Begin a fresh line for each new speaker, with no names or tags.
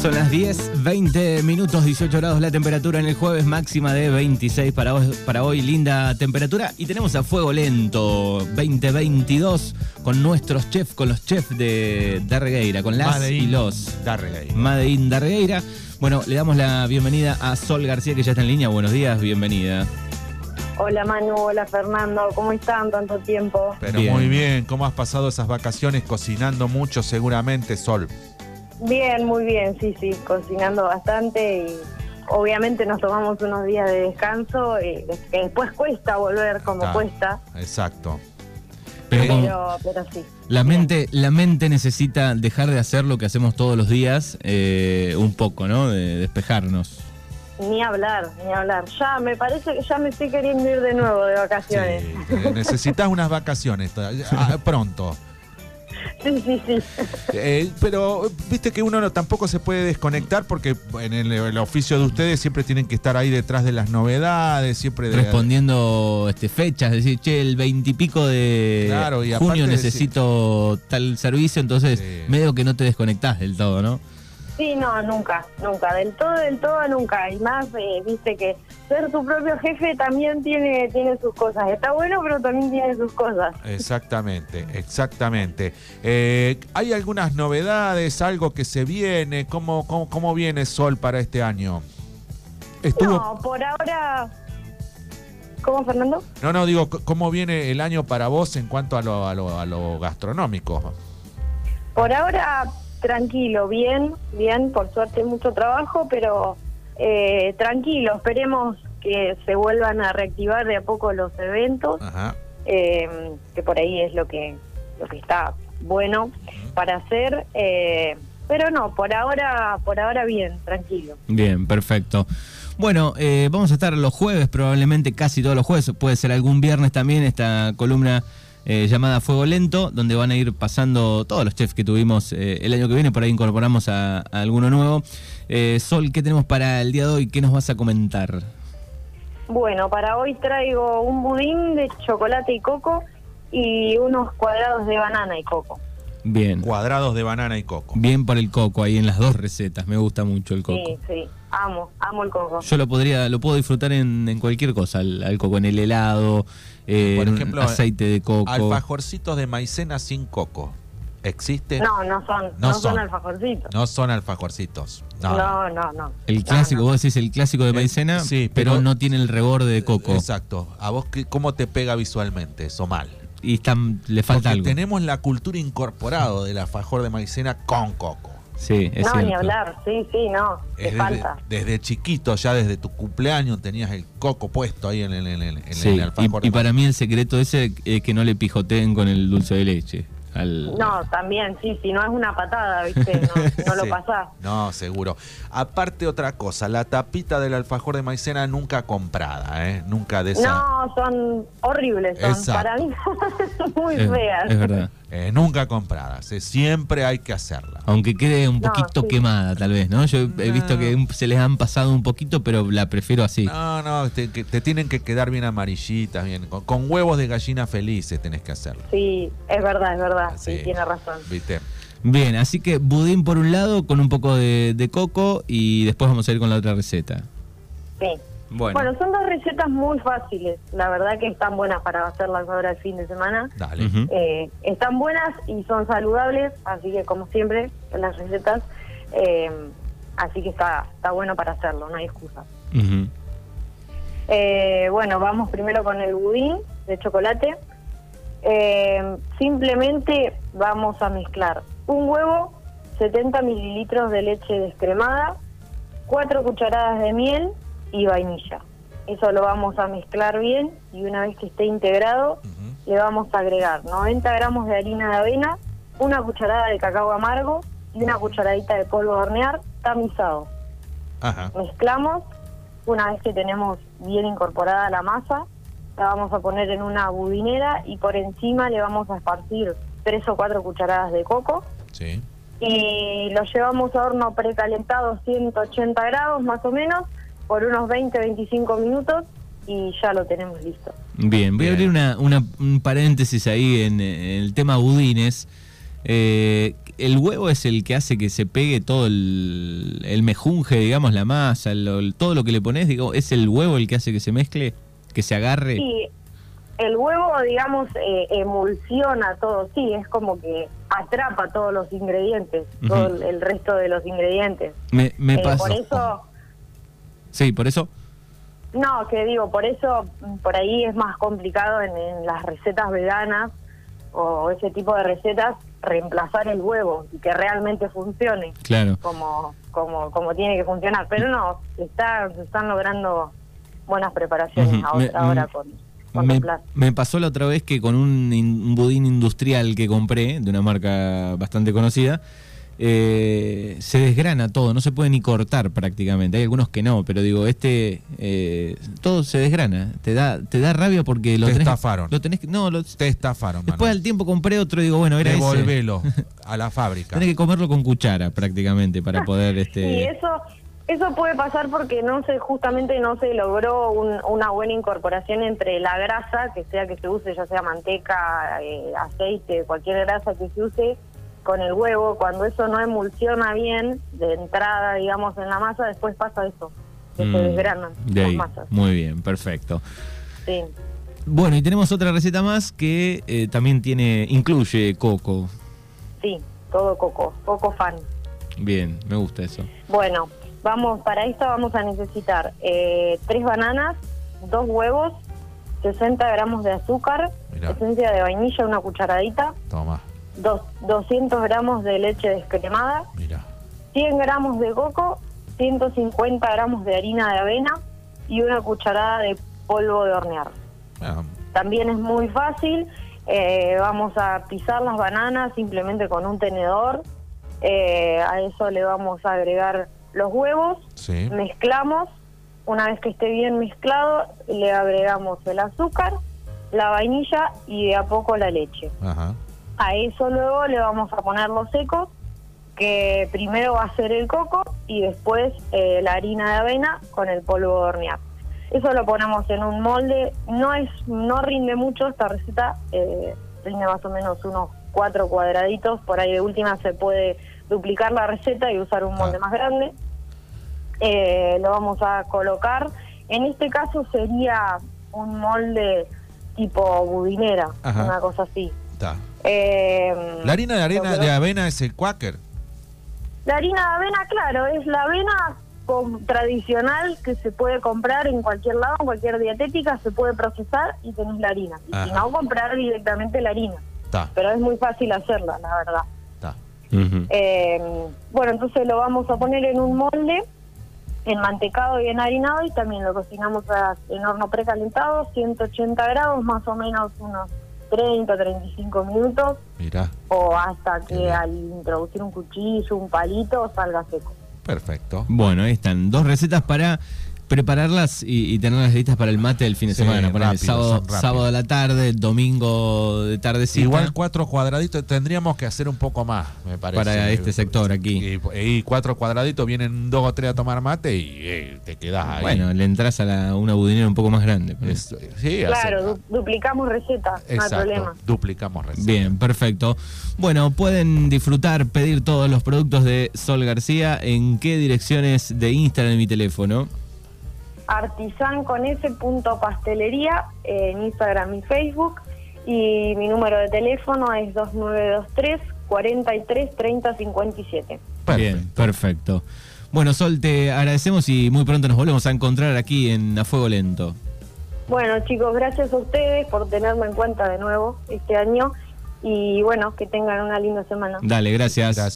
Son las 10, 20 minutos, 18 grados la temperatura en el jueves, máxima de 26 para hoy, para hoy, linda temperatura. Y tenemos a Fuego Lento 2022 con nuestros chefs, con los chefs de Darregueira, con las
Made in
y los
Darregueira.
Made in Darregueira. Bueno, le damos la bienvenida a Sol García que ya está en línea. Buenos días, bienvenida.
Hola Manu, hola Fernando, ¿cómo están tanto tiempo?
Pero
Bien.
muy bien, ¿cómo has pasado esas vacaciones? Cocinando mucho seguramente, Sol.
Bien, muy bien, sí, sí, cocinando bastante y obviamente nos tomamos unos días de descanso y que después cuesta volver como
Claro.
cuesta,
Exacto.
Pero
Eh,
con-
pero, pero sí.
la, mente, la mente necesita dejar de hacer lo que hacemos todos los días, eh, un poco, ¿no? De despejarnos.
Ni hablar, ni hablar. Ya, me parece que ya me estoy queriendo ir de nuevo de
sí,
vacaciones.
eh, necesitas unas vacaciones ah, pronto.
Sí, sí, sí.
Eh, pero viste que uno no, tampoco se puede desconectar porque en el, el oficio de ustedes siempre tienen que estar ahí detrás de las novedades, siempre de,
respondiendo este, fechas, decir, che, el veintipico de
Claro, y aparte
junio
decís-
necesito tal servicio, entonces
Sí.
medio que no te desconectás del todo, ¿no?
Sí, no, nunca, nunca, del todo, del todo, nunca. Y más, eh, viste que ser tu propio jefe también tiene, tiene sus cosas. Está bueno, pero también tiene sus cosas.
Exactamente, exactamente. Eh, ¿Hay algunas novedades, algo que se viene? ¿Cómo, cómo, cómo viene Sol para este año? Estuvo, no.
No, por ahora. ¿Cómo, Fernando?
no, digo, c- ¿cómo viene el año para vos en cuanto a lo, a lo, a lo gastronómico?
Por ahora, tranquilo, bien, bien. Por suerte, mucho trabajo, pero eh, tranquilo. Esperemos que se vuelvan a reactivar de a poco los eventos,
Ajá.
eh, que por ahí es lo que, lo que está bueno para hacer. eh, pero no, por ahora, por ahora bien, tranquilo.
Bien, perfecto. Bueno, eh, vamos a estar los jueves, probablemente casi todos los jueves, puede ser algún viernes también, esta columna eh, llamada Fuego Lento, donde van a ir pasando todos los chefs que tuvimos eh, el año que viene, por ahí incorporamos a, a alguno nuevo. Eh, Sol, ¿qué tenemos para el día de hoy? ¿Qué nos vas a comentar?
Bueno, para hoy traigo un budín de chocolate y coco y unos cuadrados de banana y coco.
Bien.
Cuadrados de banana y coco.
Bien por el coco ahí en las dos recetas, me gusta mucho el coco.
Sí, sí, amo, amo el coco.
Yo lo podría, lo puedo disfrutar en, en cualquier cosa, al, al coco, en el helado, eh,
Por
en un
ejemplo,
aceite de coco.
Alfajorcitos de maicena sin coco. ¿Existe?
No, no son,
No
no, son.
son.
alfajorcitos.
No son alfajorcitos. No.
No, no, no.
El clásico,
No, no.
vos decís el clásico de
Eh,
maicena,
sí,
pero,
pero- eh,
no tiene el reborde de coco.
Exacto. ¿A vos qué- cómo te pega visualmente eso mal?
Y están- le falta
Porque
algo.
tenemos la cultura incorporada del alfajor de maicena con coco.
Sí, es
no, ni
cierto.
hablar, sí, sí, no, te
Es desde,
falta.
desde chiquito, ya desde tu cumpleaños, tenías el coco puesto ahí en el, en el- en
Sí,
el
y-
alfajor.
y,
de
para mí el secreto ese es que no le pijoteen con el dulce de leche. al-
No, también, sí, si no es una patada, viste, no, no lo
Sí.
pasás.
No, seguro. Aparte otra cosa, la tapita del alfajor de maicena nunca comprada, ¿eh? Nunca de esa.
No, son horribles, son
Exacto.
para mí muy
es,
feas.
es verdad.
Eh, nunca comprada. Se- siempre hay que hacerla.
Aunque quede un
No,
poquito
sí.
quemada, tal vez, ¿no? Yo he
No.
visto que un- se les han pasado un poquito, pero la prefiero así.
No, no, te, que- te tienen que quedar bien amarillitas, bien con, con huevos de gallina felices tenés que hacerlo.
Sí, es verdad, es verdad, Ah, sí,
Sí.
tiene razón.
¿Viste?
Bien, así que budín por un lado con un poco de, de coco y después vamos a ir con la otra receta.
Sí.
Bueno,
Bueno, son dos recetas muy fáciles. La verdad que están buenas para hacerlas ahora el fin de semana.
Dale.
Ujú.
Eh, están buenas y son saludables, así que como siempre, en las recetas. eh, así que está, está bueno para hacerlo, no hay excusa.
Ujú.
Eh, bueno, vamos primero con el budín de chocolate. Eh, simplemente vamos a mezclar un huevo, 70 mililitros de leche descremada, 4 cucharadas de miel y vainilla. Eso lo vamos a mezclar bien y una vez que esté integrado
Ujú.
le vamos a agregar 90 gramos de harina de avena, una cucharada de cacao amargo y una cucharadita de polvo de hornear tamizado
Ajá.
mezclamos. Una vez que tenemos bien incorporada la masa, la vamos a poner en una budinera y por encima le vamos a esparcir tres o cuatro cucharadas de coco
Sí.
y lo llevamos a horno precalentado 180 grados más o menos por unos 20-25 minutos y ya lo tenemos listo.
Bien, voy a
Bien.
abrir una, una- un paréntesis ahí en, eh, el tema budines. Eh, el huevo es el que hace que se pegue todo el, el mejunje, digamos, la masa, lo- el- todo lo que le pones, digo, es el huevo el que hace que se mezcle, que se agarre.
Sí, el huevo, digamos, eh, emulsiona todo, sí, es como que atrapa todos los ingredientes,
Ujú.
todo el, el resto de los ingredientes.
Me, me
Eh,
pasó.
por eso,
Sí, por eso.
no, que digo, por eso mm, por ahí es más complicado en, en las recetas veganas o ese tipo de recetas reemplazar el huevo y que realmente funcione
Claro.
como como como tiene que funcionar, pero no, se está, se están logrando buenas preparaciones
Ujú,
ahora,
me-
ahora
mm,
con, con
Me,
reemplazo.
me pasó la otra vez que con un, in- un budín industrial que compré, de una marca bastante conocida, eh, se desgrana todo, no se puede ni cortar prácticamente. Hay algunos que no, pero digo, este, eh, todo se desgrana. Te da, te da rabia porque lo
Te
tenés que-
estafaron.
Lo tenés que, no, lo-
Te estafaron,
después
Manuel.
al tiempo compré otro y digo, bueno, era ese.
Devolvelo a la fábrica.
Tenés que comerlo con cuchara prácticamente para poder...
Y
este
eso eso puede pasar porque no se justamente no se logró un- una buena incorporación entre la grasa que sea que se use ya sea manteca eh, aceite cualquier grasa que se use con el huevo cuando eso no emulsiona bien de entrada digamos en la masa después pasa eso que se
mm,
desgranan
de
las
ahí.
masas
Muy bien, perfecto.
sí
Bueno, y tenemos otra receta más que eh, también tiene, incluye coco.
sí todo coco coco fan
Bien, me gusta eso.
Bueno, vamos para esto vamos a necesitar eh, tres bananas, dos huevos, 60 gramos de azúcar,
Mirá.
esencia de vainilla, una cucharadita,
Toma,
dos, 200 gramos de leche descremada,
mira.
100 gramos de coco, 150 gramos de harina de avena y una cucharada de polvo de hornear.
Ah,
También es muy fácil. eh, vamos a pisar las bananas simplemente con un tenedor. eh, a eso le vamos a agregar los huevos.
sí.
Mezclamos. Una vez que esté bien mezclado, le agregamos el azúcar, la vainilla y de a poco la leche.
Ajá.
A eso luego le vamos a poner los secos, que primero va a ser el coco y después eh, la harina de avena con el polvo de hornear. Eso lo ponemos en un molde, no es no rinde mucho esta receta, eh, rinde más o menos unos cuatro cuadraditos, por ahí de última se puede duplicar la receta y usar un molde
Ah.
más grande. Eh, lo vamos a colocar, en este caso sería un molde tipo budinera,
Ajá.
una cosa así.
Está.
Eh,
La harina de arena
Mm. lo que-
de avena es el quaker.
La harina de avena, claro, es la avena com- tradicional que se puede comprar en cualquier lado, en cualquier dietética, se puede procesar y tenés la harina. Y si
Ajá.
no, comprar directamente la harina.
Está,
Pero es muy fácil hacerla, la verdad.
está.
Eh, bueno, entonces lo vamos a poner en un molde, en mantecado y enharinado, y también lo cocinamos a- en horno precalentado, 180 grados, más o menos unos 30, 35 minutos,
Mira.
o hasta
Qué
que
bien.
al introducir un cuchillo, un palito, salga seco.
Perfecto.
Bueno, ahí están. Dos recetas para prepararlas y, y tenerlas listas para el mate del fin de
Sí,
semana. Para el
rápido,
sábado,
son rápido.
sábado a la tarde, domingo de tardecita.
Igual cuatro cuadraditos tendríamos que hacer un poco más, me parece.
Para este sector aquí.
Y, y cuatro cuadraditos vienen dos o tres a tomar mate y eh, te quedás ahí.
Ah, bueno, le entras a la- una budinera un poco más grande. ponele.
Es- sí,
Claro,
hacer-
du- duplicamos recetas, no hay
exacto.
problema.
Duplicamos recetas.
Bien, perfecto. Bueno, pueden disfrutar, pedir todos los productos de Sol García. ¿En qué direcciones de Instagram y teléfono?
Artisan con ese punto pastelería eh, en Instagram y Facebook. Y mi número de teléfono es 2923 43 30 57.
Perfecto.
Bien, perfecto. Bueno, Sol, te agradecemos y muy pronto nos volvemos a encontrar aquí en A Fuego Lento.
Bueno, chicos, gracias a ustedes por tenerme en cuenta de nuevo este año. Y bueno, que tengan una linda semana.
Dale, gracias.
Gracias.